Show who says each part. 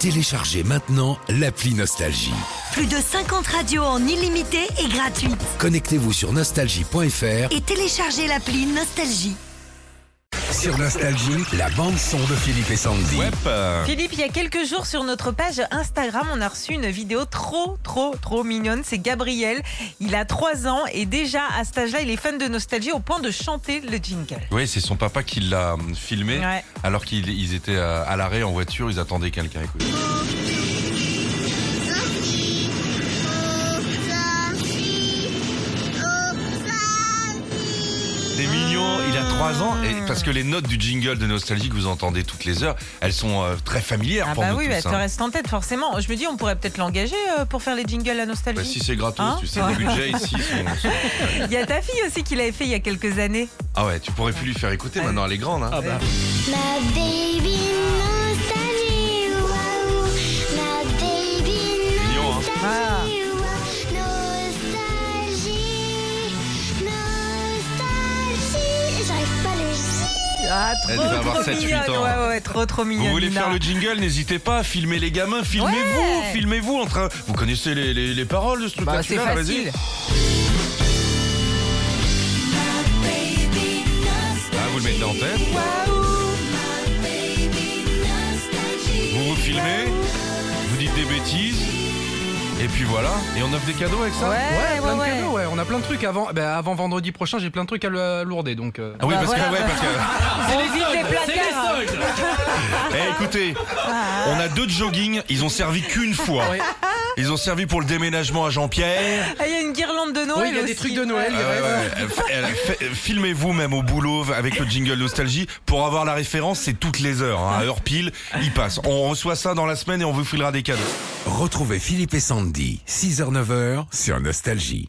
Speaker 1: Téléchargez maintenant l'appli Nostalgie.
Speaker 2: Plus de 50 radios en illimité et gratuite.
Speaker 1: Connectez-vous sur nostalgie.fr
Speaker 2: Et téléchargez l'appli Nostalgie.
Speaker 1: sur Nostalgie, la bande son de Philippe et Sandy.
Speaker 3: euh,
Speaker 4: Philippe, il y a quelques jours sur notre page Instagram, on a reçu une vidéo trop, trop, trop mignonne. C'est Gabriel. Il a 3 ans et déjà à cet âge-là, il est fan de nostalgie au point de chanter le jingle.
Speaker 3: Oui, c'est son papa qui l'a hum, filmé
Speaker 4: Ouais.
Speaker 3: alors qu'ils ils étaient euh, à l'arrêt en voiture, ils attendaient quelqu'un. écoute. C'est mignon, il a 3 ans
Speaker 4: Ah.
Speaker 3: et parce que les notes du jingle de Nostalgie que vous entendez toutes les heures, elles sont euh, très familières
Speaker 4: Ah
Speaker 3: pour
Speaker 4: bah
Speaker 3: nous
Speaker 4: oui,
Speaker 3: tous,
Speaker 4: bah, elle te
Speaker 3: hein.
Speaker 4: reste en tête forcément. Je me dis, on pourrait peut-être l'engager euh, pour faire les jingles à nostalgie.
Speaker 3: Bah, si c'est gratos,
Speaker 4: Hein
Speaker 3: tu sais, les budgets ici sont- sont-
Speaker 4: Il y a ta fille aussi qui l'avait fait il y a quelques années.
Speaker 3: Ah ouais, tu pourrais plus lui faire écouter, maintenant elle est grande. Hein.
Speaker 5: My baby nostalgie, waouh. My baby
Speaker 3: Mignon, hein.
Speaker 4: Ah.
Speaker 5: nostalgie, waouh. nostalgie, nostalgie. J'arrive pas à le
Speaker 4: Ah, trop,
Speaker 3: Elle devait
Speaker 4: trop
Speaker 3: avoir 7-8
Speaker 4: mignonne.
Speaker 3: ans.
Speaker 4: Ouais, ouais, ouais, trop, trop mignonne.
Speaker 3: Vous voulez
Speaker 4: Nina.
Speaker 3: faire le jingle, n'hésitez pas, filmez les gamins, filmez-vous,
Speaker 4: Ouais.
Speaker 3: filmez-vous en train. Vous connaissez les, les- les paroles de ce truc-là,
Speaker 4: Bah, c'est
Speaker 3: celui-là,
Speaker 4: facile.
Speaker 3: vas-y. Ah, vous le mettez en tête. Vous vous filmez, vous dites des bêtises, et puis voilà. Et on offre des cadeaux avec ça
Speaker 4: Ouais, ouais,
Speaker 6: plein de
Speaker 4: ouais.
Speaker 6: cadeaux, ouais. On a plein de trucs avant. bah, avant vendredi prochain, j'ai plein de trucs à le- lourder, donc. euh,
Speaker 3: Ah oui,
Speaker 4: Bah,
Speaker 3: parce
Speaker 4: voilà.
Speaker 3: que, ouais, parce que.
Speaker 4: On vide les placards.
Speaker 3: Eh, écoutez, on a deux jogging, ils ont servi qu'une fois. Ils ont servi pour le déménagement à Jean-Pierre.
Speaker 4: Ah, Il y a une guirlande de Noël.
Speaker 6: Oui, il y a des
Speaker 4: aussi.
Speaker 6: trucs de Noël. il
Speaker 3: Ah ouais,
Speaker 6: reste.
Speaker 3: ouais, ouais. F- elle- fait- euh, Filmez-vous même au boulot avec le jingle nostalgie pour avoir la référence. C'est toutes les heures, hein, à heure pile, il passe. On reçoit ça dans la semaine et on vous filera des cadeaux.
Speaker 1: Retrouvez Philippe et Sandy, 6h-9h sur Nostalgie.